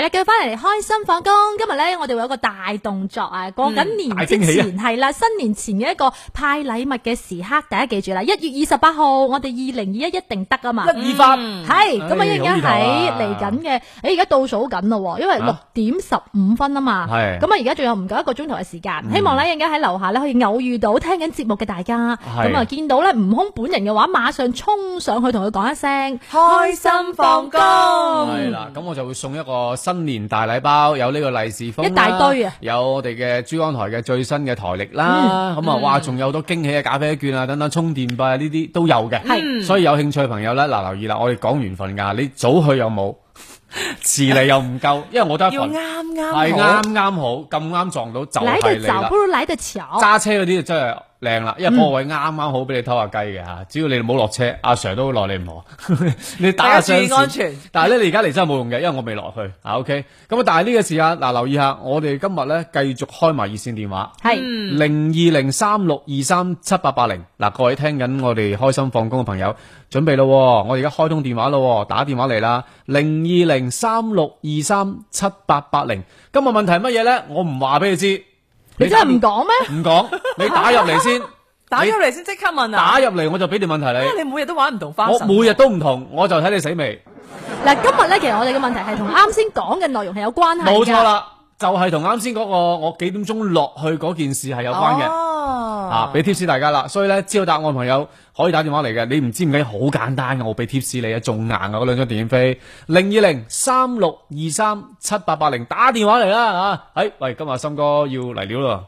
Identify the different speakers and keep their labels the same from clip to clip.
Speaker 1: 啦，繼續翻嚟開心放工。今日咧，我哋會有一個大動作啊！過緊
Speaker 2: 大
Speaker 1: 年之
Speaker 2: 驚喜啊
Speaker 1: 前係啦，新年前嘅一個派禮物嘅時刻，大家記住啦！一月二十八號，我哋二零二一一定得啊嘛！
Speaker 2: 一二八，
Speaker 1: 係咁啊！
Speaker 2: 哎
Speaker 1: 一陣間喺嚟
Speaker 2: 好熱鬧啊
Speaker 1: 緊嘅，誒而家倒數緊咯喎，因為六
Speaker 2: 啊
Speaker 1: 點十五分啊嘛，
Speaker 2: 係
Speaker 1: 咁啊而家仲有唔夠一個鐘頭嘅時間，希望咧一陣間喺樓下咧可以偶遇到聽緊節目嘅大家，
Speaker 2: 係
Speaker 1: 咁啊見到咧悟空本人嘅話，馬上衝上去同佢講一聲
Speaker 3: 開心放工
Speaker 2: 系啦，咁我就會送一個新年大禮包，有呢個利是封啦
Speaker 1: 一大堆啊，
Speaker 2: 有我哋嘅珠江台嘅最新嘅台歷啦，咁啊，哇，仲有好多驚喜嘅咖啡券啊，等等充電幣啊，呢啲都有嘅，
Speaker 1: 係
Speaker 2: 所以有興趣嘅朋友咧，嗱留意啦，我哋講緣分㗎，你早去又冇， 遲嚟又唔夠，因為我得一
Speaker 3: 要
Speaker 2: 份，
Speaker 3: 啱
Speaker 2: 係
Speaker 3: 啱好
Speaker 2: 啱，啱好，咁啱撞到就
Speaker 1: 嚟
Speaker 2: 係
Speaker 1: 得
Speaker 2: 你
Speaker 1: 早
Speaker 2: 啦
Speaker 1: 不。如嚟得巧。
Speaker 2: 揸車嗰啲就真係靚啦，因為個位啱啱好俾你偷下雞嘅吓，只要你冇落車，阿 Sir 都耐你唔何。 你打下
Speaker 3: 大家注意
Speaker 2: 雙
Speaker 3: 安
Speaker 2: 閃
Speaker 3: 全
Speaker 2: 但係咧，你而家嚟真係冇用嘅，因為我未落去啊。OK，咁啊，但係呢個時間嗱，留意下，我哋今日咧繼續開埋熱線電話。
Speaker 1: 係
Speaker 3: 嗯
Speaker 2: 零二零三六二三七八八零嗱，各位聽緊我哋開心放工嘅朋友，準備咯喎，我而家開通電話咯喎，打電話嚟啦，零二零三六二三七八八零。今日問題係乜嘢呢？我唔話俾你知，
Speaker 1: 你真係唔
Speaker 2: 打
Speaker 1: 講咩？
Speaker 2: 唔講，你打入 嚟先，
Speaker 3: 打入嚟先即刻問啊！
Speaker 2: 打入嚟我就俾條問題
Speaker 3: 因
Speaker 2: 你。
Speaker 3: 為你每日都玩唔同花
Speaker 2: 我
Speaker 3: 神，
Speaker 2: 每日都唔同，我就睇你死未。
Speaker 1: 嗱，今日咧其實我哋嘅問題係同啱先講嘅內容係有關係㗎
Speaker 2: 冇錯，啦，就係同啱先嗰個我幾點鐘落去嗰件事係有關嘅。啊
Speaker 3: 啊，
Speaker 2: 俾 tips 大家啦，所以咧知道答案嘅朋友可以打電話嚟嘅，你唔知唔緊要，好簡單嘅，我俾 tips 你啊，仲硬啊嗰兩張電影飛，零二零三六二三七八八零打電話嚟啦啊！哎，喂，今日森哥要嚟料咯，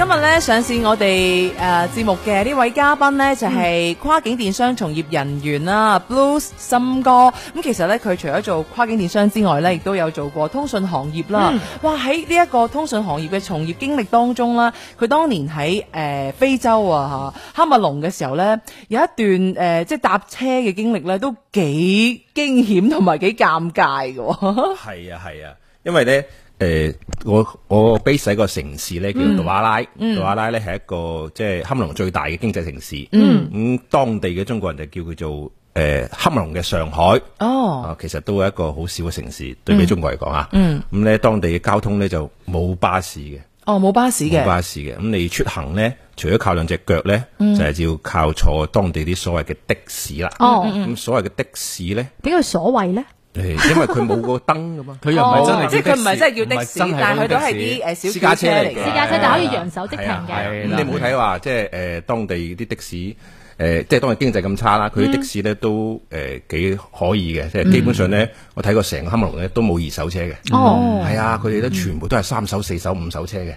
Speaker 3: 今日咧上線我哋誒節目嘅呢位嘉賓呢，就係跨境電商從業人員啦，Blues 森哥。咁其實呢，佢除咗做跨境電商之外呢，亦都有做過通訊行業啦。哇！喺呢一個通訊行業嘅從業經歷當中啦，佢當年喺誒、呃非洲啊嚇喀麥隆嘅時候呢，有一段誒、呃即係搭車嘅經歷呢，都幾驚險同埋幾尷尬嘅喎。
Speaker 4: 係啊係啊，因為咧誒、我我 base 喺個城市咧叫杜瓦拉，杜瓦拉咧係一個即係喀麥隆最大嘅經濟城市。嗯，咁、當地嘅中國人就叫佢做誒喀麥隆嘅上海。
Speaker 3: 哦。
Speaker 4: 啊，其實都係一個好少嘅城市，對比中國嚟講啊。嗯，咁咧當地嘅交通咧就冇巴士嘅，
Speaker 3: 哦，冇巴士嘅
Speaker 4: 冇，巴士嘅。咁你出行咧，除咗靠兩隻腳咧，就係要靠坐當地啲所謂嘅的士啦。
Speaker 1: 哦
Speaker 4: 咁所謂嘅的士咧，
Speaker 1: 點解所謂咧？
Speaker 4: 誒，因為佢冇個燈噶嘛。
Speaker 2: 佢又唔係真係
Speaker 3: 哦
Speaker 2: 叫
Speaker 3: 即係佢唔係
Speaker 2: 的
Speaker 3: 真係叫的
Speaker 2: 唔係真
Speaker 3: 士，
Speaker 2: 係
Speaker 3: 但係佢都係
Speaker 2: 的士
Speaker 3: 啲誒小
Speaker 4: 私
Speaker 3: 轎
Speaker 4: 家
Speaker 3: 車
Speaker 4: 車
Speaker 3: 嚟
Speaker 4: 嚟嘅
Speaker 1: 私
Speaker 3: 嘅。
Speaker 1: 家車但可以揚手即停
Speaker 4: 係啊
Speaker 1: 嘅，
Speaker 2: 係
Speaker 4: 咁
Speaker 2: 啦
Speaker 4: 你冇睇話即係誒當地啲的士誒、呃即係當地經濟咁差啦，佢啲的士咧都誒幾、可以嘅，即係基本上咧，我睇過成個堪隆咧都冇二手車嘅。
Speaker 1: 哦
Speaker 4: 係啊，佢哋都全部都係三手、四手、五手車嘅。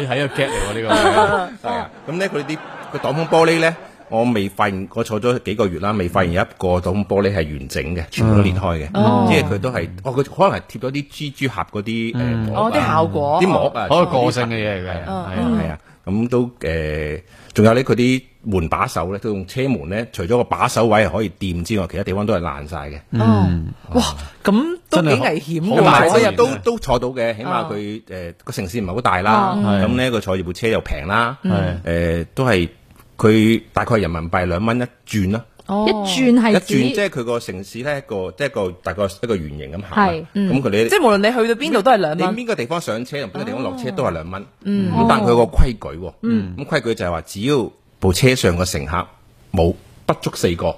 Speaker 2: 你係一個 get 嚟喎 呢
Speaker 4: 係啊，咁咧佢啲個擋風玻璃咧，我未發現，我坐咗幾個月啦，未發現有一個擋風玻璃係完整嘅，全部都裂開嘅，即係佢都係，哦，佢可能係貼咗啲蜘蛛俠嗰啲誒膜
Speaker 3: 哦
Speaker 4: 啊
Speaker 3: 啲效果
Speaker 4: 啲膜啊，
Speaker 2: 個，好個性嘅嘢嚟嘅，
Speaker 4: 係
Speaker 2: 係
Speaker 3: 哦
Speaker 4: 啊
Speaker 2: 啊
Speaker 4: 係啊，咁都誒，仲有呢，佢啲門把手咧，佢用車門咧，除咗個把手位係可以掂之外，其他地方都係爛晒嘅，
Speaker 3: 哦，哇，咁都
Speaker 2: 真係
Speaker 3: 幾
Speaker 2: 好
Speaker 3: 危險
Speaker 2: 好
Speaker 3: 㗎
Speaker 2: 大
Speaker 3: 喎。
Speaker 2: 自
Speaker 4: 嗰
Speaker 2: 然
Speaker 4: 日都都坐到嘅，起碼佢誒個城市唔係好大啦，咁咧佢坐住部車又平啦，
Speaker 2: 係
Speaker 4: 誒都係佢大概人民幣兩蚊一轉啦，
Speaker 3: 哦
Speaker 1: 一轉
Speaker 4: 一
Speaker 1: 係
Speaker 4: 轉即
Speaker 1: 指
Speaker 4: 係佢個城市咧一個即係一個大概一個圓形咁行
Speaker 1: 係
Speaker 4: 啦，咁佢哋
Speaker 3: 即係無論你去到邊度都係兩
Speaker 4: 啊你
Speaker 3: 蚊。
Speaker 4: 邊個地方上車同邊個地方落車都係兩蚊，咁但佢有個規矩喎，咁規矩就係話只要部車上嘅乘客冇不足四個，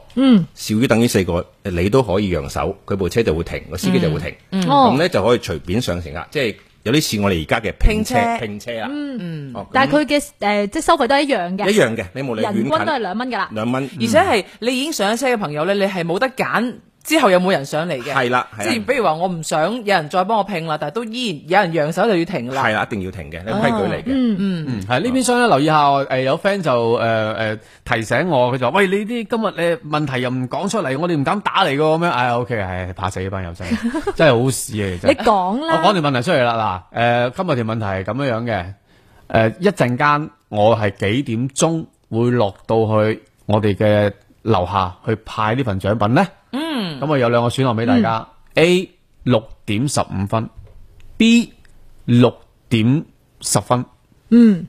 Speaker 4: 少於等於四個，你都可以讓手，佢部車就會停，個司機就會停，咁
Speaker 1: 哦，
Speaker 4: 咧就可以隨便上乘客，即係有啲似我哋而家嘅拼車
Speaker 3: 拼
Speaker 4: 拼車啊，哦
Speaker 1: 嗯但係佢嘅誒即係收費都係一樣
Speaker 4: 咁一
Speaker 1: 嘅，
Speaker 4: 樣嘅，你無論
Speaker 1: 人均都係
Speaker 4: 遠近
Speaker 1: 兩蚊㗎啦。
Speaker 4: 兩蚊，
Speaker 3: 而且係你已經上咗車嘅朋友咧，你係冇得揀之後有冇人上嚟嘅。
Speaker 4: 係啦係
Speaker 3: 即
Speaker 4: 啦
Speaker 3: 係比啊如話我唔想有人再幫我拼啦，但係都依然有人讓手就要停啦。
Speaker 4: 嗯係啦，一定要停嘅，呢個規矩嚟嘅。
Speaker 2: 嗯，係呢邊箱咧留意下，誒、有 friend 就誒誒、呃提醒我，佢就話：喂，你啲今日誒問題又唔講出嚟，我哋唔敢打嚟噶咁樣。唉、o k 唉，怕死呢班友仔，真係好屎啊！其
Speaker 1: 你
Speaker 2: 實
Speaker 1: 講
Speaker 2: 我講
Speaker 1: 啦，
Speaker 2: 條問題出嚟啦，嗱，誒、今日條問題係咁樣樣嘅，誒、一陣間我係幾點鐘會落到去我哋嘅樓下去派呢份獎品呢？嗯，咁啊有兩個選項俾大家、a
Speaker 3: 嗯
Speaker 2: 六點十五分，B 六點十分。
Speaker 1: 嗯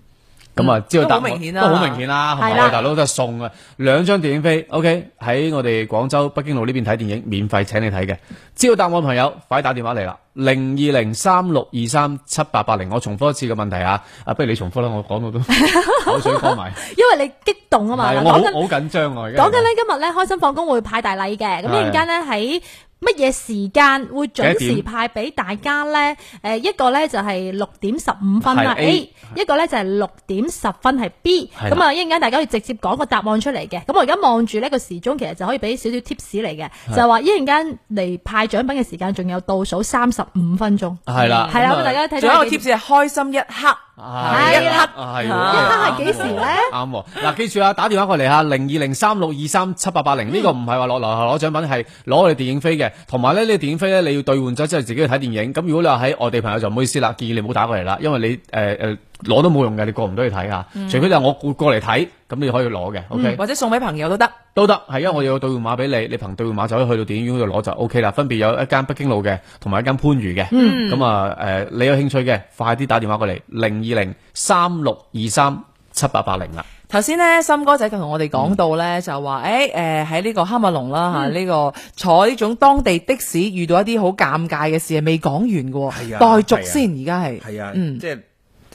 Speaker 2: 咁啊，知道答案
Speaker 3: 都好明顯啦
Speaker 2: 都好明顯啦，係
Speaker 1: 係
Speaker 2: 咪？
Speaker 1: 啦
Speaker 2: 大佬都係送啊，兩張電影飛，OK，喺我哋廣州北京路呢邊睇電影，免費請你睇嘅。知道答案嘅朋友，快打電話嚟啦，零二零三六二三七八八零。我重複一次嘅問題啊，啊，不如你重複啦，我講 到都口水乾埋，
Speaker 1: 因為你激動啊嘛。
Speaker 2: 係
Speaker 1: 嗱
Speaker 2: 我好
Speaker 1: 講
Speaker 2: 好
Speaker 1: 緊
Speaker 2: 緊張啊，而家
Speaker 1: 講緊咧，今日咧開心放工會派大禮嘅，咁
Speaker 2: 係
Speaker 1: 一陣間咧喺。乜嘢時間會準
Speaker 2: 幾多
Speaker 1: 時
Speaker 2: 點
Speaker 1: 派俾大家呢？誒一個呢就係六點十五分啦
Speaker 2: 係
Speaker 1: A，
Speaker 2: A
Speaker 1: 一個呢就係六點十分係 B。
Speaker 2: 係啦
Speaker 1: 咁啊一陣間大家可以直接講個答案出嚟嘅。咁我而家望住呢個時鐘，其實就可以俾少少 tips 嚟嘅，就係話一陣間嚟派獎品嘅時間仲有倒數三十五分鐘。
Speaker 2: 係啦
Speaker 1: 係啦，
Speaker 2: 咁啊
Speaker 1: 咁大家睇
Speaker 3: 仲有
Speaker 1: 到
Speaker 3: 一個 tips 係開心一刻，
Speaker 2: 係
Speaker 1: 係啦
Speaker 2: 啊係喎
Speaker 1: 一刻係幾時咧
Speaker 2: 啱喎，嗱，記住啊，打電話過嚟啊，零二零三六二三七八八零，呢個唔係話落樓下攞獎品，係攞我哋電影飛嘅，同埋咧呢個電影飛咧你要兌換咗之後自己去睇電影，咁如果你話喺外地朋友就唔好意思啦，建議你唔好打過嚟啦，因為你誒誒攞都冇用嘅，你過唔到去睇啊，除非就係我過過嚟睇，咁你可以攞嘅，OK。
Speaker 3: 或者送俾朋友都得。
Speaker 2: 都得，係啊因為我有個兑換碼俾你，你憑兑換碼就可以去到電影院嗰度攞就 O K 啦。分別有一間北京路嘅，同埋一間番禺嘅。咁啊誒，你有興趣嘅，快啲打電話過嚟零二零三六二三七八八零啦。
Speaker 3: 頭先咧，森哥仔就同我哋講到
Speaker 4: 嗯
Speaker 3: 咧，就話誒誒喺呢個黑麥龍啦嚇，呢、個坐呢種當地的士遇到一啲好尷尬嘅事係未講完嘅
Speaker 4: 係
Speaker 3: 喎，
Speaker 4: 啊
Speaker 3: 待續先而家係。
Speaker 4: 系啊，
Speaker 3: 嗯
Speaker 4: 即係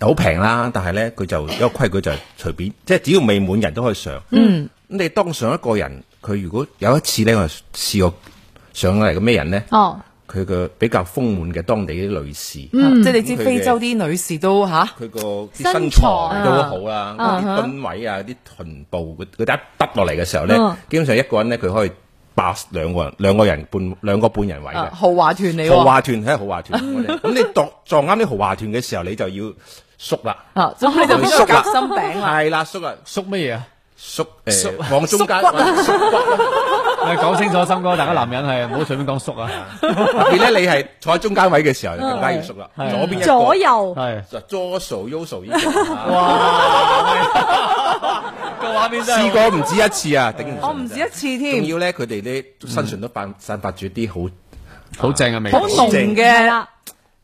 Speaker 4: 好平啦，但係咧佢就有一個規矩就係隨便，即係只要未滿人都可以上。
Speaker 3: 嗯，
Speaker 4: 咁你當上一個人，佢如果有一次咧，我試過上嚟個咩人咧？
Speaker 1: 哦，
Speaker 4: 佢個比較豐滿嘅當地啲女士，
Speaker 3: 嗯即係你知非洲啲女士都嚇。
Speaker 4: 佢個啲
Speaker 1: 身
Speaker 4: 身
Speaker 1: 材
Speaker 4: 材
Speaker 1: 啊
Speaker 4: 都好啦，
Speaker 1: 啊
Speaker 4: 啲
Speaker 1: 哈
Speaker 4: 噸位啊，啲臀部佢佢一揼落嚟嘅時候咧
Speaker 1: 嗯，
Speaker 4: 基本上一個人咧佢可以霸兩個人兩個人半兩個半人位嘅
Speaker 3: 啊。豪華團嚟
Speaker 4: 豪
Speaker 3: 喎，
Speaker 4: 華團係豪華團，我哋咁你撞撞啱啲豪華團嘅時候，你就要縮啦，
Speaker 3: 啊，咁你就變咗
Speaker 4: 縮啦
Speaker 3: 夾心 餅啊啦。
Speaker 4: 係啦，縮啦，
Speaker 2: 縮乜嘢啊？
Speaker 4: 縮誒往中間，
Speaker 3: 縮骨
Speaker 4: 縮骨
Speaker 2: 喂，講清楚，森哥，大家男人係唔好隨便講縮啊。
Speaker 4: 特別咧，你係坐喺中間位嘅時候，就更加要縮啦。
Speaker 2: 係
Speaker 4: 嗯左邊一個
Speaker 1: 左右
Speaker 2: 係
Speaker 4: 就 Joso Yoso 呢 個，啊
Speaker 2: 個畫面
Speaker 4: 試過唔止一次啊，頂唔順
Speaker 3: 我唔止一次
Speaker 4: 仲
Speaker 3: 添，
Speaker 4: 要咧，佢哋啲身上都散散發住啲好
Speaker 2: 好正啊嘅味道，
Speaker 3: 好濃
Speaker 1: 係
Speaker 3: 嘅
Speaker 1: 啦，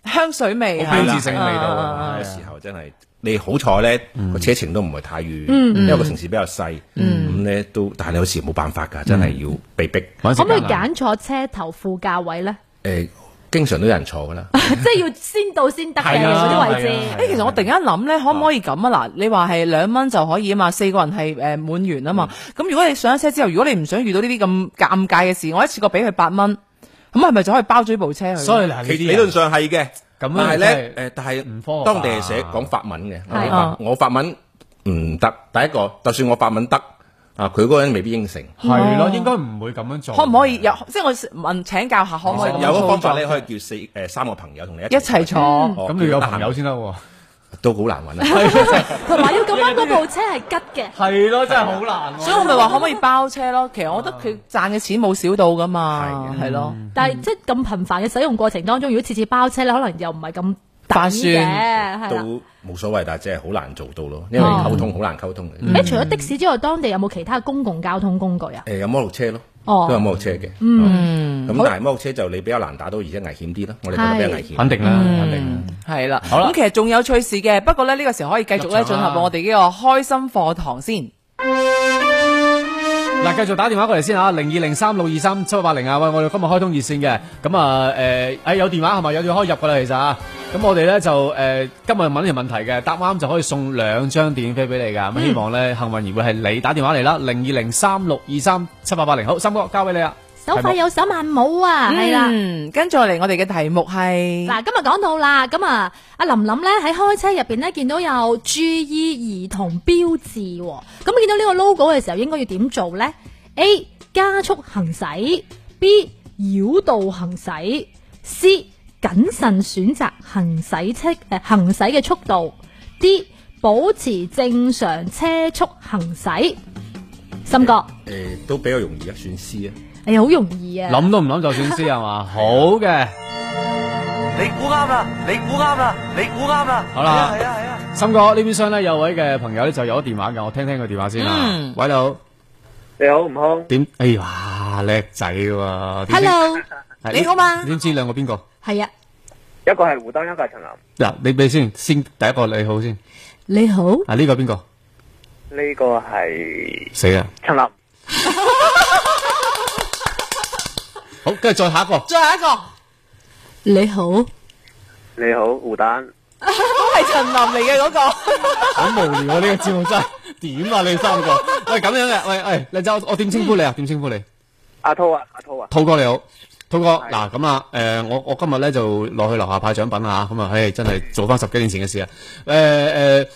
Speaker 3: 香水味，
Speaker 2: 好標誌性嘅味道
Speaker 3: 啊
Speaker 2: 啊。
Speaker 4: 有
Speaker 2: 係啊
Speaker 4: 時候真係你好彩咧，個車程都唔係太遠，因為個城市比較細，咁咧都，但係你有時冇辦法㗎，真係要被逼。
Speaker 2: 揾時
Speaker 1: 可唔可以
Speaker 2: 間啊
Speaker 1: 揀坐車頭副駕位呢？
Speaker 4: 誒，經常都有人坐㗎啦，
Speaker 1: 即係要先到先得嘅
Speaker 2: 係啊
Speaker 1: 嗰啲位置
Speaker 2: 係。啊
Speaker 3: 誒，其實我突然間諗咧，可唔可以咁啊？嗱，你話係兩蚊就可以啊嘛，四個人係誒滿員啊嘛。
Speaker 4: 嗯
Speaker 3: 咁如果你上咗車之後，如果你唔想遇到呢啲咁尷尬嘅事，我一次過俾佢八蚊，咁係咪就可以包咗部車去？
Speaker 2: 所以嗱，呢
Speaker 4: 其
Speaker 2: 啲
Speaker 4: 理論上係嘅，
Speaker 2: 咁樣
Speaker 4: 但係咧
Speaker 2: 真
Speaker 4: 誒，但係
Speaker 2: 唔科學哦
Speaker 4: 當地係
Speaker 2: 啊
Speaker 4: 寫講法文嘅，啊
Speaker 1: 係
Speaker 4: 我我法文唔得。第一個，就算我法文得，啊，佢嗰個人未必應承。
Speaker 2: 係咯，應該唔會咁樣做。
Speaker 3: 可唔可以有？即係我問請教
Speaker 2: 哦
Speaker 3: 下，可唔可以咁
Speaker 4: 有個方法
Speaker 3: 操
Speaker 4: 咧，
Speaker 3: 作
Speaker 4: 可以叫四誒三個朋友同你一
Speaker 3: 一齊坐。
Speaker 1: 嗯
Speaker 4: 哦
Speaker 2: 咁你有
Speaker 4: 叫得
Speaker 2: 朋友先得喎。
Speaker 4: 都好難揾啊。
Speaker 1: 同埋要咁啱嗰部車係吉嘅，
Speaker 2: 係咯，真係好難
Speaker 3: 所以我咪話可唔可以包車咯？其實我覺
Speaker 2: 啊
Speaker 3: 得佢賺嘅錢冇少到噶嘛，
Speaker 4: 係
Speaker 3: 係咯。
Speaker 1: 但
Speaker 2: 嗯
Speaker 1: 係即係咁頻繁嘅使用過程當中，如果次次包車咧，可能又唔係咁
Speaker 3: 划
Speaker 1: 划
Speaker 3: 算
Speaker 1: 嘅，係啊啦。
Speaker 4: 都冇所謂，但係真係好難做到咯，因為溝通好難溝通嘅。
Speaker 1: 誒，
Speaker 2: 嗯
Speaker 1: 除咗的士之外，當地有冇其他公共交通工具啊？
Speaker 4: 誒有摩托車咯，
Speaker 1: 哦
Speaker 4: 都有摩托車嘅。嗯，咁但係摩托車就你比較難打到，而且危險啲啦。我哋覺得比較危險。
Speaker 2: 肯定啦，肯定啦。
Speaker 3: 嗯係啦，
Speaker 2: 嗯好啦
Speaker 3: 咁其實仲有趣事嘅，不過咧呢個時候可以繼續咧
Speaker 2: 入場
Speaker 3: 進
Speaker 2: 啦
Speaker 3: 入我哋呢個開心課堂先。
Speaker 2: 嗱，繼續打電話過嚟先啊，零二零三六二三七八零啊，喂，我哋今日開通熱線嘅，咁啊，誒、哎有電話係咪？有電話可以入噶啦，其實啊，咁我哋咧就誒、今日問呢條問題嘅，答啱就可以送兩張電影飛俾你噶，咁希望咧幸運兒會係你打電話嚟啦，零二零三六二三七八八零，好，三哥交俾你啊，
Speaker 1: 手快有手慢冇啊，係啦。
Speaker 3: 嗯，跟住嚟我哋嘅題目係
Speaker 2: 嗯
Speaker 1: 嗱，今日講到啦，咁啊，阿琳琳咧喺開車入邊咧見到有注意兒童標誌喎，咁見到呢個 logo 嘅時候，應該要點做呢 a 加速行駛，B 繞道行駛，C 謹慎選擇行駛車誒行駛嘅速度，D 保持正常車速行駛。森哥，
Speaker 4: 誒都比較容易啊，算 C 啊。
Speaker 1: 哎呀，好容易啊！
Speaker 2: 諗都唔諗就算先係嘛，好嘅，
Speaker 5: 你估啱啦！你估啱啦！你估啱啦！
Speaker 2: 好啦
Speaker 5: 係啊係啊
Speaker 2: 森哥呢邊箱咧有位嘅朋友咧就有咗電話嘅，我聽聽佢電話先啊
Speaker 3: 嗯，
Speaker 2: 喂，你好，
Speaker 6: 你好，悟空。
Speaker 2: 點？哎呀，叻仔喎點知
Speaker 1: Hello，
Speaker 2: 係
Speaker 3: 你好嘛
Speaker 2: 點知兩個邊個？
Speaker 1: 係啊，
Speaker 6: 一個係胡丹，一個係陳林。
Speaker 2: 嗱，你俾先，先第一個你好先。
Speaker 1: 你好，
Speaker 2: 啊呢個邊個？
Speaker 6: 呢个系
Speaker 2: 死啊啦！
Speaker 6: 陈立，
Speaker 2: 好，跟住再下一個。
Speaker 3: 最後一個
Speaker 1: 你好，
Speaker 6: 你好胡丹，
Speaker 3: 都係陳林嚟嘅嗰個。
Speaker 2: 好無聊啊！呢、個節目真係 點啊！你三個，喂咁樣嘅，喂喂，靚仔，我我點稱呼你啊？
Speaker 3: 嗯
Speaker 2: 點稱呼你？
Speaker 6: 阿涛啊，阿涛啊，
Speaker 2: 涛哥你好，涛哥嗱咁啊，诶、我我今日咧就落去樓下派獎品啊，咁啊，唉、真係做翻十幾年前嘅事啊，诶、诶。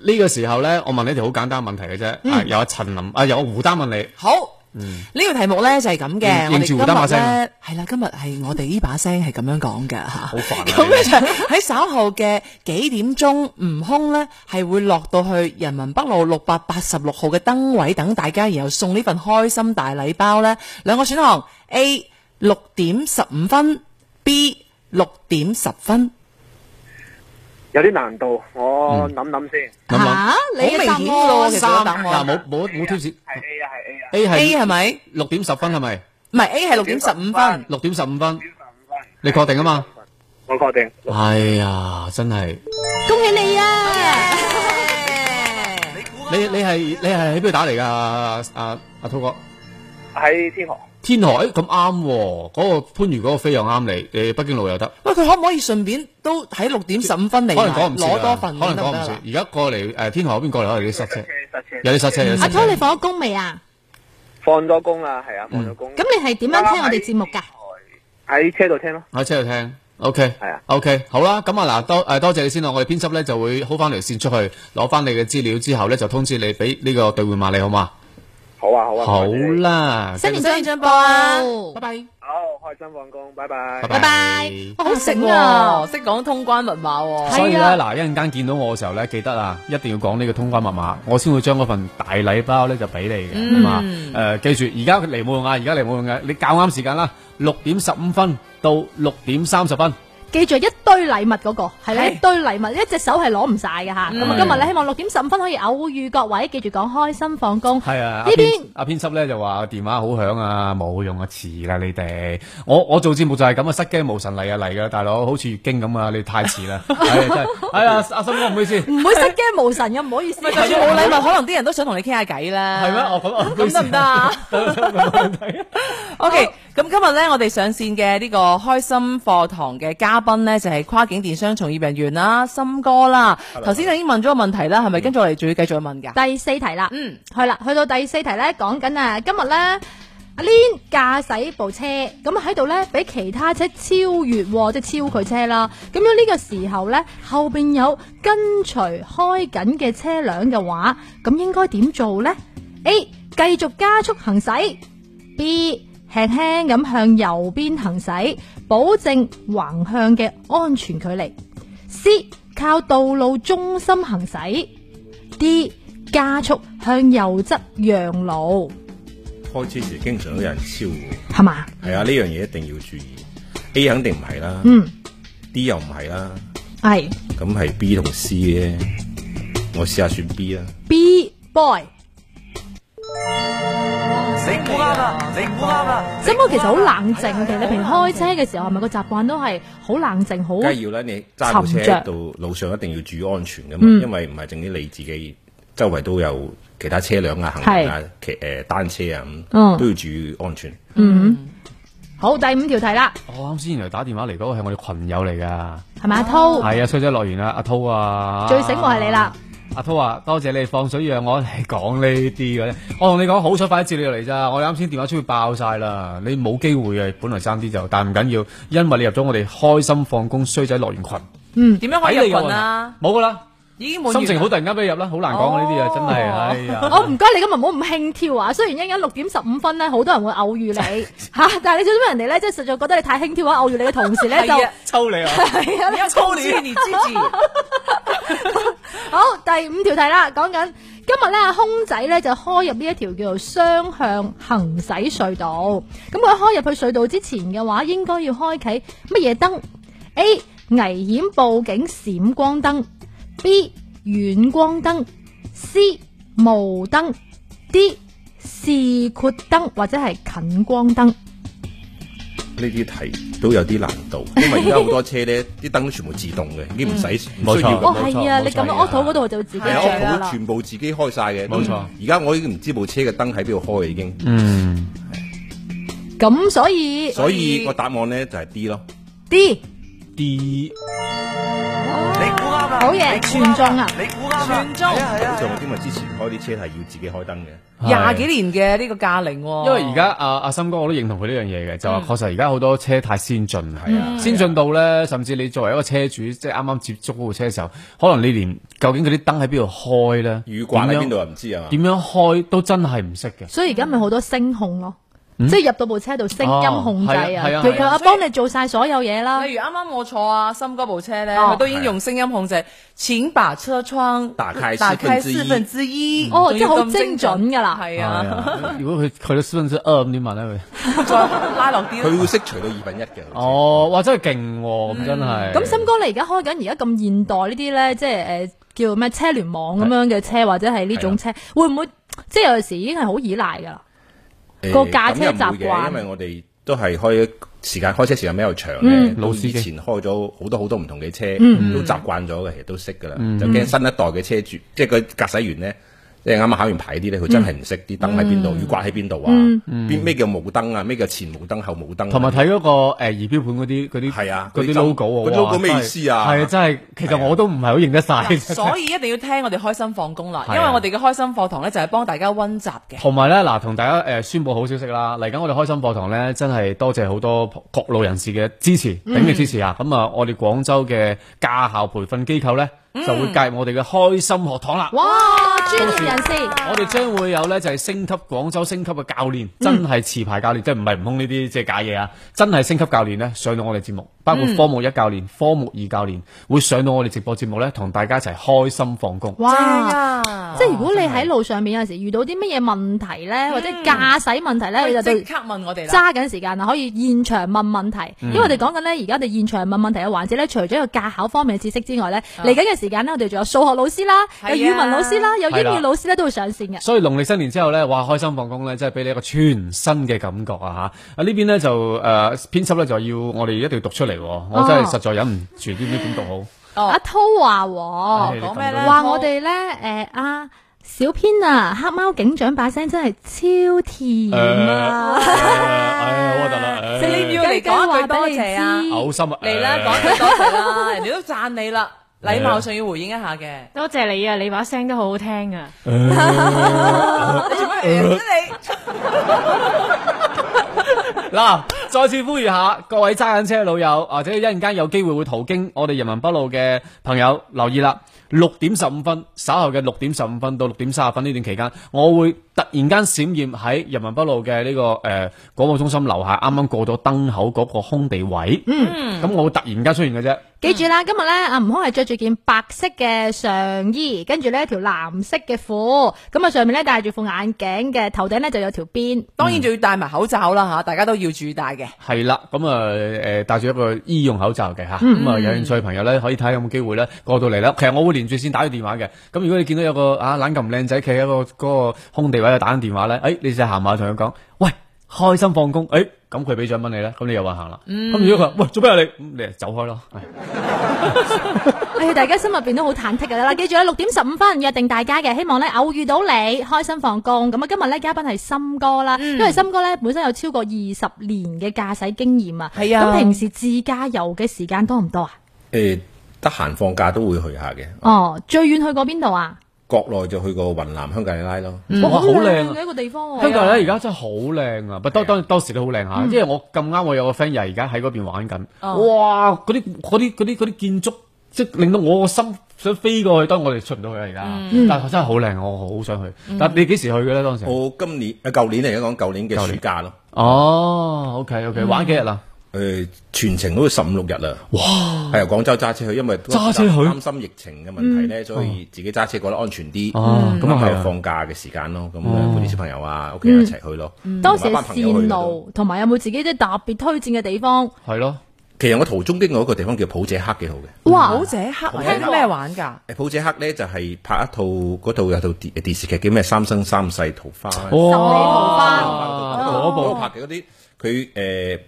Speaker 2: 呢個時候咧，我問你一條好簡單問題嘅啫，
Speaker 3: 嗯
Speaker 2: 啊，有阿陳林，啊，有阿胡丹問你，
Speaker 3: 好。呢個題目咧就係咁嘅，
Speaker 2: 應
Speaker 3: 我哋今
Speaker 2: 應嗯住胡丹把
Speaker 3: 日
Speaker 2: 聲
Speaker 3: 咧係啦，今日係我哋呢把聲係咁樣講嘅吓
Speaker 2: 好。煩
Speaker 3: 咁
Speaker 2: 啊
Speaker 3: 咧就喺稍後嘅幾點鐘，悟空呢係會落到去人民北路六百八十六號嘅燈位等大家，然後送呢份開心大禮包呢兩個選項 A 六點十五分，B 六點十分。
Speaker 6: 有啲难度，
Speaker 2: 嗯
Speaker 6: 我谂谂先，
Speaker 2: 你，諗諗，
Speaker 1: 吓啊你嘅答
Speaker 3: 好明顯喎
Speaker 1: 案
Speaker 3: 其實
Speaker 1: 三
Speaker 3: 個答案
Speaker 2: 嗱冇冇冇 tips
Speaker 6: 系 A 啊，系 A 啊，
Speaker 2: A
Speaker 3: A 係
Speaker 2: 係
Speaker 3: 咪？
Speaker 2: 六點十分係咪？
Speaker 3: 唔係 A 係六點十五分。
Speaker 2: 六點十五分，
Speaker 6: 五十五分，
Speaker 2: 你確定啊嘛？
Speaker 6: 我确定，
Speaker 2: 哎呀，真係
Speaker 1: 恭喜你啊！
Speaker 2: 你你係你係喺邊度打嚟㗎？阿阿阿滔哥。
Speaker 6: 喺天河，
Speaker 2: 天河，誒咁啱喎，嗰、個番禺嗰個飛又啱你，誒北京路又得，
Speaker 3: 喂，佢可唔可以順便都喺六點十五分嚟啊
Speaker 2: 可能講唔切啦啊
Speaker 3: 攞多份
Speaker 2: 可
Speaker 3: 得唔
Speaker 2: 能講唔
Speaker 3: 得
Speaker 2: 切
Speaker 3: 啊。？
Speaker 2: 而家過嚟誒、天河嗰邊過嚟，可能有啲塞車
Speaker 6: 塞，车塞
Speaker 2: 有啲
Speaker 6: 车，
Speaker 2: 塞車，有啲
Speaker 1: 阿
Speaker 2: 塞
Speaker 1: 涛，你
Speaker 2: 車。
Speaker 1: 放咗工未啊？
Speaker 6: 放咗工啦，系啊，放
Speaker 2: 嗯
Speaker 6: 咗工，
Speaker 1: 咁你係點樣聽我哋節目㗎？
Speaker 6: 喺車度聽咯，
Speaker 2: 喺車度聽，OK，
Speaker 6: 係啊
Speaker 2: ，OK，好啦，咁啊嗱，多誒、多謝你先啦，我哋編輯咧就會 hold 翻條線出去，攞翻你嘅資料之後咧就通知你俾呢個兌換碼你好嘛？
Speaker 6: 好啊，好啊，
Speaker 2: 好
Speaker 6: 多謝你，
Speaker 2: 啦，
Speaker 1: 新年新進步
Speaker 3: 啊
Speaker 2: 拜拜，
Speaker 6: 好，開心放工，拜拜
Speaker 2: 拜。
Speaker 1: 拜拜！我好
Speaker 3: 識
Speaker 1: 醒啊
Speaker 3: 喎，！識講通關密碼喎。
Speaker 2: 所以咧
Speaker 1: 係啊
Speaker 2: 嗱，一陣間見到我嘅時候咧，記得啊，一定要講呢個通關密碼，我先會將嗰份大禮包咧就俾你嘅，咁啊、誒記住，而家嚟冇用啊，而家嚟冇用嘅，你較啱時間啦，六點十五分到六點三十分，
Speaker 1: 記住一堆禮物嗰個係啦，
Speaker 3: 係
Speaker 1: 一堆禮物，一隻手係攞唔晒嘅吓。咁啊，今日咧希望六點十五分可以偶遇各位，記住講開心放工。
Speaker 2: 係
Speaker 1: 呢
Speaker 2: 啊，阿編
Speaker 1: 邊
Speaker 2: 阿編輯咧就話電話好響啊，冇用啊，遲啦你哋，我我做節目就係咁啊，失驚無神嚟啊嚟㗎，大佬好似月經咁啊，你太遲 啦，係啊真係，哎呀，阿森哥唔好意思。
Speaker 1: 唔會失驚無神嘅，唔好意思。
Speaker 3: 咪就算冇禮物，可能啲人都想同你傾下偈啦。
Speaker 2: 係咩？我咁我唔好意
Speaker 3: 咁
Speaker 2: 思
Speaker 3: 得唔得 啊？OK，咁今日咧，我哋上線嘅呢個開心課堂嘅嘉賓咧，就係跨境電商從業人員啦，森哥啦。頭先就已經問咗個問題啦，係
Speaker 2: 嗯
Speaker 3: 咪跟住我哋仲要繼續問㗎？
Speaker 1: 第四題啦，
Speaker 3: 嗯，
Speaker 1: 係啦，去到第四題咧，講緊啊，今日咧阿 Lin 駕駛部車，咁喺度咧俾其他車超越喎，即係超佢車啦。咁樣呢個時候咧，後邊有跟隨開緊嘅車輛嘅話，咁應該點做呢 a 繼續加速行駛，B 輕輕咁向右邊行駛，保證橫向嘅安全距離；C 靠道路中心行駛。D 加速向右側讓路，
Speaker 4: 開車時經常都有人超喎，
Speaker 1: 係嘛？
Speaker 4: 係啊，呢樣嘢一定要注意。A 肯定唔係啦
Speaker 1: 嗯，
Speaker 4: ，D 又唔係啦，
Speaker 1: 係
Speaker 4: 咁係 B 同 C 嘅。我試下選 B 啦。
Speaker 1: B boy。
Speaker 5: 你估啱啦，你估啱啦，
Speaker 1: 森哥其實好冷靜嘅，你平時開車嘅時候係咪個習慣都係好冷靜，好啊
Speaker 4: 梗係要啦，你揸部車
Speaker 1: 沉着嗯
Speaker 4: 喺度路上一定要注意安全噶嘛，因為唔係淨啲你自己，周圍都有其他車輛啊、行人啊、騎誒、單車啊咁，
Speaker 1: 嗯
Speaker 4: 都要注意安全。
Speaker 1: 嗯。好，第五條題啦，
Speaker 2: 我哦啱先原來打電話嚟嗰個係我哋群友嚟㗎。
Speaker 1: 係咪阿濤
Speaker 2: 系啊，衰仔樂園啊，阿涛
Speaker 1: 哦
Speaker 2: 啊，
Speaker 1: 最醒目係你啦。
Speaker 2: 阿涛啊，多謝你放水讓我嚟講呢啲嘅。我同你講，好彩快啲接你嚟咋，我哋啱先電話出去爆晒啦，你冇機會嘅，本來爭啲就，但唔緊要，因為你入咗我哋開心放工衰仔樂園群，哎
Speaker 3: 點樣可以
Speaker 2: 睇你
Speaker 3: 入
Speaker 2: 嘅
Speaker 3: 群啊？
Speaker 2: 冇噶啦，
Speaker 3: 已經滿
Speaker 2: 心情好
Speaker 3: 好
Speaker 2: 突然間俾你入啦，好難講啊呢啲啊，真係，
Speaker 3: 哦
Speaker 2: 哎呀，
Speaker 1: 我唔該你今日唔好咁輕佻啊！雖然一陣間六點十五分咧，好多人會偶遇你吓，但係你做咩人哋咧，即係實在覺得你太輕佻啊，偶遇你嘅同時咧就
Speaker 3: 係啊
Speaker 2: 抽 你啊！
Speaker 1: 係 啊，
Speaker 3: 操你你支 持。
Speaker 1: 好，第五條題啦，講緊今日咧，阿空仔咧就開入呢一條叫做雙向行駛隧道。咁佢開入去隧道之前嘅話，應該要開啟乜嘢燈？A 危險報警閃光燈，B 遠光燈，C 霧燈，D 視闊燈或者係近光燈。
Speaker 4: 呢啲題都有啲難 度，因為而家好多車咧，啲燈都全部自動嘅，已經唔使唔
Speaker 2: 冇錯
Speaker 4: 需要
Speaker 1: 哦
Speaker 4: 咁
Speaker 2: 冇錯
Speaker 1: 係啊，
Speaker 2: 冇錯
Speaker 1: 你撳到 auto 嗰度佢就會自己
Speaker 4: 係
Speaker 3: 係
Speaker 4: 啊，
Speaker 3: 啊
Speaker 1: 着啦
Speaker 4: 我部全部自己開晒嘅，
Speaker 2: 冇錯
Speaker 4: 而家我已經唔知部車嘅燈喺邊度開已經，
Speaker 1: 哦
Speaker 2: 嗯，
Speaker 1: 咁所以
Speaker 4: 所以個答案咧就係 D 咯。
Speaker 1: D
Speaker 2: 啲
Speaker 5: 你估啱啦！
Speaker 1: 好嘢全中啊
Speaker 5: 你估啱啦！
Speaker 3: 全中
Speaker 5: 係啊係啊
Speaker 4: 就！我因為之前開啲車係要自己開燈嘅。
Speaker 3: 廿幾年嘅呢個駕齡喎，
Speaker 2: 因為而家阿阿森哥我都認同佢呢樣嘢嘅，就
Speaker 3: 嗯
Speaker 2: 話確實而家好多車太先進啦，
Speaker 4: 係啊
Speaker 2: 先進到咧，甚至你作為一個車主，即係啱啱接觸嗰部車嘅時候，可能你連究竟嗰啲燈喺邊度開咧，
Speaker 4: 雨刮喺邊度
Speaker 2: 點樣
Speaker 4: 啊？唔知啊嘛。
Speaker 2: 點樣開都真係唔識嘅。
Speaker 1: 所以而家咪好多聲控咯，即係入到部車度聲音控制
Speaker 2: 哦係啊係啊
Speaker 1: 啊，佢
Speaker 2: 係啊
Speaker 1: 佢幫你做晒所有嘢啦。
Speaker 3: 例如啱啱我坐啊森哥部車咧，
Speaker 1: 哦
Speaker 3: 佢都已經用聲音控制，請把車窗
Speaker 4: 啊打開
Speaker 3: 打開四
Speaker 4: 四分之一嗯
Speaker 3: 分之一，
Speaker 1: 哦即
Speaker 3: 仲
Speaker 1: 係
Speaker 3: 要
Speaker 1: 好
Speaker 3: 咁
Speaker 1: 精準㗎啦
Speaker 3: 係
Speaker 2: 係
Speaker 4: 哦
Speaker 3: 啊，
Speaker 2: 啊，如果佢去到四分之二呃咁點問咧佢？
Speaker 3: 再拉落啲
Speaker 4: 啊佢
Speaker 3: 啦。
Speaker 4: 會識除到二分一嘅。 好
Speaker 2: 哦，哇，真係勁喎，
Speaker 3: 嗯
Speaker 2: 咁真係。
Speaker 1: 咁森哥你而家開緊而家咁現代呢啲咧，即係诶叫咩車聯網咁樣嘅車，或者係呢種車，會唔會即係有時已經係好依賴㗎啦？個駕車習慣
Speaker 4: 似誒咁又唔會嘅，因為我哋都係開時間開車時間比較長咧
Speaker 1: 嗯，
Speaker 2: 老
Speaker 4: 老
Speaker 2: 司機
Speaker 4: 以前開咗好多好多唔同嘅車，
Speaker 1: 嗯
Speaker 4: 都習慣咗嘅，其實都識㗎啦。就驚新一代嘅車主，即係個駕駛員咧。即係啱啱考完牌啲咧，佢真係唔識啲
Speaker 1: 嗯
Speaker 4: 燈喺邊度，雨刮喺邊度啊？邊咩叫冇燈啊？咩叫前冇燈後冇燈啊？
Speaker 2: 同埋睇嗰個誒儀表盤嗰啲嗰啲
Speaker 4: 係啊
Speaker 2: 嗰啲
Speaker 4: 嗰啲針
Speaker 2: logo 啊
Speaker 4: 嗰啲 logo 咩意思啊
Speaker 2: 係啊，真係其實我都唔係好認得 晒。
Speaker 3: 所以一定要聽我哋開心放工啦，
Speaker 2: 係
Speaker 3: 因
Speaker 2: 啊
Speaker 3: 為我哋嘅開心課堂咧就係幫大家温習嘅。
Speaker 2: 同埋咧，嗱，同大家誒宣佈好消息啦！嚟緊我哋開心課堂咧，真係多謝好多各路人士嘅支持，鼎力支持啊！咁啊，我哋廣州嘅駕校培訓機構咧，就會介入我哋嘅開心學堂啦。
Speaker 1: 哇，專業人士。
Speaker 2: 我哋將會有咧就係升級廣州升級嘅教練，真係持牌教練，即係唔係唔通呢啲即係假嘢啊！真係升級教練咧上到我哋節目，包括科目一教練、科目二教練會上到我哋直播節目咧，同大家一齊開心放工。
Speaker 1: 哇！
Speaker 3: 啊
Speaker 1: 即係如果你喺路上面有陣時遇到啲乜嘢問題咧，或者駕駛問題咧，哎你就
Speaker 3: 即
Speaker 1: 對
Speaker 3: 刻問我哋啦。嗯
Speaker 1: 揸緊時間啦，啊可以現場問問題。因為我哋講緊咧，而家我哋現場問問題嘅啊環節咧，除咗有駕考方面嘅知識之外咧，嚟緊嘅時間咧，我哋仲有數學老師啦，
Speaker 3: 嗯係啊
Speaker 1: 有語文老師啦，有英
Speaker 2: 係啦
Speaker 1: 語老師咧都會上線嘅。
Speaker 2: 所以農曆新年之後咧，哇！開心放工咧，真係俾你一個全新嘅感覺啊嚇！啊呢邊咧就誒、呃、編輯咧就要我哋一定要讀出嚟喎，我真係實在忍唔住，知唔知點 讀好？
Speaker 3: 哦
Speaker 1: 阿濤話喎。
Speaker 2: 唉你
Speaker 3: 講
Speaker 2: 咁
Speaker 3: 咩咧
Speaker 2: 樣
Speaker 1: 話我哋咧，誒阿小編啊，黑貓警長把聲真係超甜 啊！
Speaker 2: 唉，哎好核突啦！唉
Speaker 3: 即係你要嚟講一句多謝啊！
Speaker 2: 嘔心啊！
Speaker 3: 嚟啦，講句多謝啦，人哋都讚你啦，禮貌上要回應一下嘅。
Speaker 7: 多謝你啊，你把聲都好好聽啊！
Speaker 3: 你做咩嚟啊你？
Speaker 2: 嗱，再次呼籲下各位揸緊車嘅老友，或者一陣間有機會會途經我哋人民北路嘅朋友，留意啦。六點十五分，稍後嘅六點十五分到六點三十分呢段期間，我會突然間閃現喺人民北路嘅呢、個誒、呃、廣播中心樓下，啱啱過咗燈口嗰個空地位。嗯，咁我會突然間出現嘅啫。
Speaker 1: 記住啦，今日咧阿悟空係着住件白色嘅上衣，跟住咧條藍色嘅褲，咁啊上面咧戴住副眼鏡嘅，頭頂咧就有條辮。
Speaker 3: 當然仲要戴埋口罩啦嚇，大家都要注意戴嘅。
Speaker 2: 係啦，咁啊誒戴住一個醫用口罩嘅嚇，咁啊有興趣嘅朋友咧可以睇下有冇機會咧過到嚟啦。其實我會連住線打個電話嘅，咁如果你見到有個啊懶咁靚仔企喺個嗰個空地位度打緊電話咧，誒、你就行埋去同佢講，喂開心放工，誒、咁佢俾獎品你咧，咁你又話行啦。咁、如果佢話喂做咩啊你，咁你就走開咯。係
Speaker 1: 哎呀，大家心入邊都好忐忑㗎啦。記住啦，六點十五分約定大家嘅，希望咧偶遇到你，開心放工。咁啊，今日咧嘉賓係森哥啦，因為森哥咧本身有超過二十年嘅駕駛經驗啊。
Speaker 3: 係啊
Speaker 1: 咁平時自駕遊嘅時間多唔多啊？
Speaker 4: 誒，得閒放假都會去下嘅，
Speaker 1: 哦，最遠去過邊度啊？
Speaker 4: 國內就去過雲南香格里拉咯。
Speaker 2: 哇好靚啊！
Speaker 1: 嘅一個地方喎。
Speaker 2: 香港咧而家真係好靚啊！不嗯當當當時都好靚嚇，因為我咁啱我有個 friend 又係而家喺嗰邊玩緊，哇！嗰啲嗰啲嗰啲嗰啲建築，即係令到我個心想飛過去。當然我哋出唔到去啦而家，但係真係好靚，我好想去。但你幾時去嘅咧？當時
Speaker 4: 我今年啊，舊年嚟講，舊年嘅暑假咯。
Speaker 2: 哦，OK OK，玩幾日啊啦？
Speaker 4: 誒、全程都十五六日啦！哇，係由啊廣州揸車去，因為都
Speaker 2: 揸車去嗯
Speaker 4: 擔心疫情嘅問題咧，所以自己揸車覺得安全啲。
Speaker 2: 哦咁
Speaker 4: 咁
Speaker 2: 啊係啊哦
Speaker 4: 啊有放假嘅時間咯，咁啊陪啲小朋友啊、屋企人一齊去咯。
Speaker 2: 嗯
Speaker 1: 當時
Speaker 4: 同埋
Speaker 1: 嘅
Speaker 4: 班朋友去
Speaker 1: 線
Speaker 4: 咯
Speaker 1: 路同埋有冇自己即係特別推薦嘅地方？
Speaker 2: 係咯，
Speaker 4: 其實我途中經過一個地方叫普者克幾好嘅。
Speaker 1: 哇！
Speaker 3: 好者黑啊有啲咩玩㗎？
Speaker 4: 誒普者克咧就係、拍一套嗰度有套電電視劇叫咩《三生 三世桃花》。
Speaker 1: 啊
Speaker 2: 哇！
Speaker 1: 桃花
Speaker 4: 嗰度嗰度拍嘅嗰啲，佢誒、呃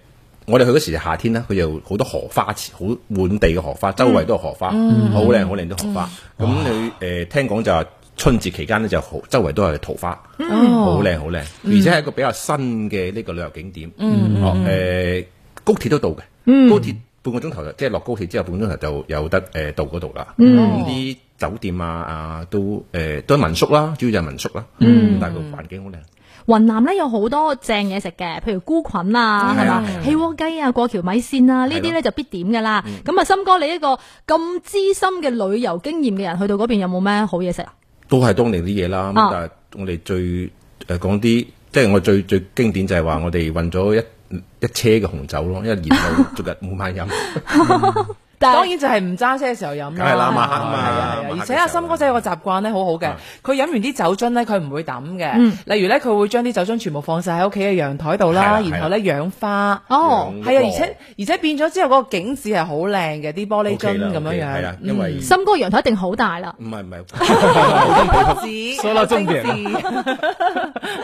Speaker 4: 我哋去嗰時就夏天啦，佢就好多荷花池，好滿地嘅荷花，周圍都係荷花，好靚好靚啲荷花。咁你誒聽講就係春節期間咧就好，周圍都係桃花，
Speaker 3: 嗯
Speaker 4: 嗯
Speaker 3: 哦
Speaker 4: 好靚好靚，而且係一個比較新嘅呢個旅遊景點。
Speaker 2: 嗯
Speaker 4: 哦誒，高鐵都到嘅，高鐵半個鐘頭就即係落高鐵之後半個鐘頭就有得誒到嗰度啦。咁啲酒店啊啊都誒都係民宿啦，主要就係民宿啦。但係個環境好靚。
Speaker 1: 雲南咧有好多正嘢食嘅，譬如菇菌啊，係
Speaker 4: 係
Speaker 1: 嘛
Speaker 4: 啊
Speaker 1: 起鍋雞啊、過橋米線啊，呢啲
Speaker 4: 係
Speaker 1: 咧
Speaker 4: 咯嗯
Speaker 1: 就必點噶啦。咁啊，森哥你一個咁資深嘅旅遊經驗嘅人，去到嗰邊有冇咩好嘢食啊？
Speaker 4: 都係當年啲嘢
Speaker 3: 哦
Speaker 4: 啦。
Speaker 1: 啊
Speaker 4: 咁但係我哋最誒講啲，即係我最最經典就係話我哋運咗一一車嘅紅酒咯，因為沿 路逐日冇晚飲，
Speaker 1: 但係
Speaker 3: 當然就係唔揸車嘅時候飲
Speaker 4: 梗係啦晚黑啊嘛
Speaker 3: 係啊係啊
Speaker 4: 晚黑嘅時候
Speaker 3: 而且阿森哥仔有個習慣咧，好好嘅
Speaker 4: 啊，
Speaker 3: 佢飲完啲酒樽咧，佢唔會抌嘅。
Speaker 4: 嗯
Speaker 3: 例如咧，佢會將啲酒樽全部放晒喺屋企嘅陽台度啦，
Speaker 4: 係啦係啦
Speaker 3: 然後咧養花。
Speaker 1: 哦，
Speaker 4: 養
Speaker 3: 係啊，
Speaker 4: 個
Speaker 3: 而且而且變咗之後嗰個景致係好靚嘅，啲玻璃
Speaker 4: OK
Speaker 3: 樽
Speaker 4: 啦
Speaker 3: 咁樣嗯
Speaker 4: OK 啦係
Speaker 3: 樣
Speaker 4: 啊，，因為
Speaker 1: 森哥陽台一定好大啦，
Speaker 4: 唔係唔係，
Speaker 3: 紙
Speaker 2: 說到重點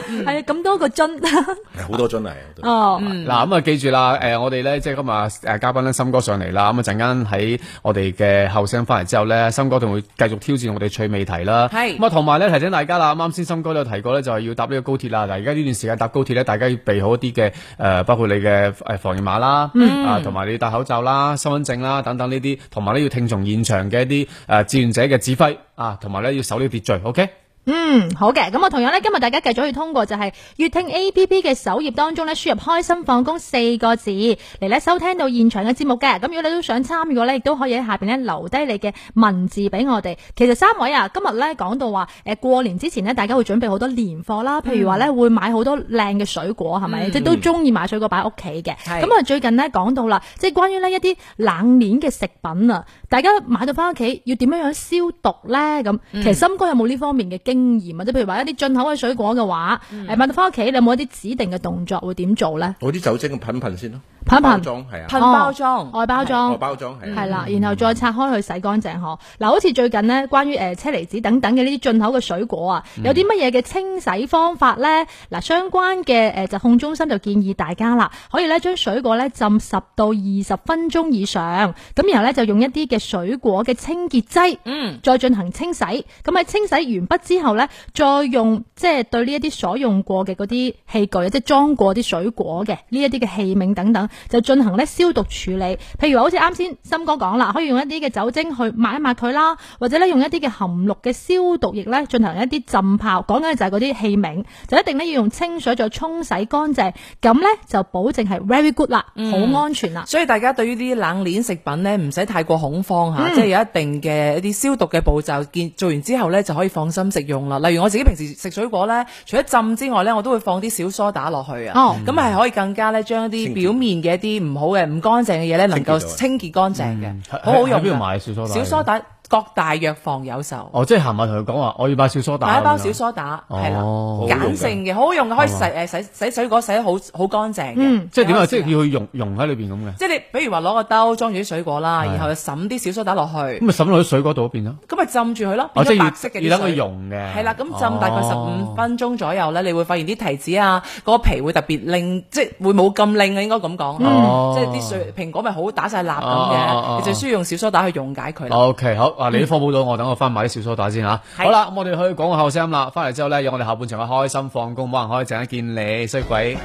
Speaker 4: 嗯
Speaker 1: 係啊，咁多個 樽
Speaker 4: 係好多樽嚟啊。好多
Speaker 1: 哦，
Speaker 2: 嗱咁啊，記住啦，誒、我哋咧即係今日啊誒嘉賓咧，森哥上嚟啦，咁啊陣間喺我哋嘅後聲翻嚟之後咧，森哥仲會繼續挑戰我哋趣味題啦。
Speaker 3: 係
Speaker 2: 咁啊，同埋咧提醒大家啦，啱啱先森哥都有提過咧，就係要搭呢個高鐵啦。嗱，而家呢段時間搭高鐵咧，大家要備好一啲嘅誒，包括你嘅誒防疫碼啦，
Speaker 3: 嗯
Speaker 2: 啊，同埋你要戴口罩啦、身份證啦等等呢啲，同埋咧要聽從現場嘅一啲誒志願者嘅指揮啊，同埋咧要守呢個秩序，OK？
Speaker 1: 嗯，好嘅，咁啊，同樣咧，今日大家繼續去通過就係粵聽 A P P 嘅首頁當中咧，輸入開心放工四個字嚟咧收聽到現場嘅節目嘅。咁如果你都想參與嘅咧，亦都可以喺下邊咧留低你嘅文字俾我哋。其實三位啊，今日咧講到話，誒過年之前咧，大家會準備好多年貨啦，譬如話咧會買好多靚嘅水果，係咪？即係都中意買水果擺喺屋企嘅。
Speaker 3: 係
Speaker 1: 咁啊，最近咧講到啦，即係關於呢一啲冷鏈嘅食品啊，大家買到翻屋企要點樣樣消毒咧？咁
Speaker 4: 嗯
Speaker 1: 其實森哥有冇呢方面嘅經驗啊？即係譬如話一啲進口嘅水果嘅話，
Speaker 4: 嗯
Speaker 1: 誒買到翻屋企，你有冇一啲指定嘅動作會點做咧？
Speaker 4: 我啲酒精噴一噴先咯，
Speaker 1: 噴一噴
Speaker 4: 包裝係啊，
Speaker 3: 噴包裝
Speaker 1: 外包裝
Speaker 4: 哦。包裝係啊
Speaker 1: 係啦，然後再拆開去洗乾淨呵。嗱，好似最近呢，關於誒呃車厘子等等嘅呢啲進口嘅水果啊，
Speaker 4: 嗯
Speaker 1: 有啲乜嘢嘅清洗方法呢？嗱，相關嘅誒疾控中心就建議大家啦，可以咧將水果咧浸十到二十分鐘以上，咁然後咧就用一啲嘅水果嘅清潔劑，嗯，再進行清洗。咁喺清洗完畢之後咧，再用即係對呢一啲所用過嘅嗰啲器具，即係裝過啲水果嘅呢一啲嘅器皿等等，就進行咧消毒處理。譬如話好似啱先森哥講啦，可以用一啲嘅酒精去抹一抹佢啦，或者咧用一啲嘅含氯嘅消毒液咧進行一啲浸泡。講緊嘅就係嗰啲器皿，就一定咧要用清水再沖洗乾淨，咁咧就保證係 very good 啦，好安全啦。
Speaker 3: 所以大家對於呢啲冷鏈食品呢，唔使太過恐慌
Speaker 2: 嗯
Speaker 3: 嚇，即係有一定嘅一啲消毒嘅步驟，見做完之後呢，就可以放心食用啦。例如我自己平時食水果呢，除咗浸之外呢，我都會放啲小梳打落去啊
Speaker 1: 哦，
Speaker 3: 咁係、可以更加呢將一啲表面嘅一啲唔好嘅唔乾淨嘅嘢呢，能夠清潔乾淨
Speaker 2: 嗯
Speaker 3: 嘅，好好用
Speaker 2: 喺邊度
Speaker 3: 㗎
Speaker 2: 買小梳打？
Speaker 3: 小梳打各大藥房有售。
Speaker 2: 哦，即係行埋同佢講話，我要買小梳打。
Speaker 3: 買一包
Speaker 2: 咁樣
Speaker 3: 小梳打，
Speaker 2: 哦
Speaker 3: 係啦，
Speaker 2: 好哦
Speaker 4: 用㗎
Speaker 3: 鹼性嘅，好好用嘅，可以洗誒洗洗水果洗得好好乾淨嘅
Speaker 1: 嗯。
Speaker 2: 即係點啊？
Speaker 3: 有
Speaker 2: 即係
Speaker 3: 時
Speaker 2: 要佢溶溶喺裏邊咁嘅。
Speaker 3: 即係你，比如話攞個兜裝住啲水果啦，然後就揼啲小梳打落去
Speaker 2: 咁，咪滲落去水果度變咗。
Speaker 3: 咁咪浸住佢咯，
Speaker 2: 哦，
Speaker 3: 變
Speaker 2: 即
Speaker 3: 咗
Speaker 2: 係
Speaker 3: 白色嘅
Speaker 2: 要要
Speaker 3: 啲
Speaker 2: 等佢
Speaker 3: 水。
Speaker 2: 溶嘅。
Speaker 3: 係啦，咁浸大概十五
Speaker 2: 哦。
Speaker 3: 分鐘左右咧，你會發現啲提子啊，嗰個皮會特別令，即係會冇咁令嘅，啊應該咁講。
Speaker 2: 哦
Speaker 3: 即係啲水蘋果咪好打晒蠟咁
Speaker 2: 哦哦哦
Speaker 3: 嘅，你就需要用小梳打去溶解佢啦。
Speaker 2: O K，好啊，你都科普到我，等我翻買啲小梳打先吓。
Speaker 3: 嗯係
Speaker 2: 好啦，咁我哋去講個後聲啦，翻嚟之後咧，有我哋下半場嘅開心放工，冇人可以陣間見你衰鬼。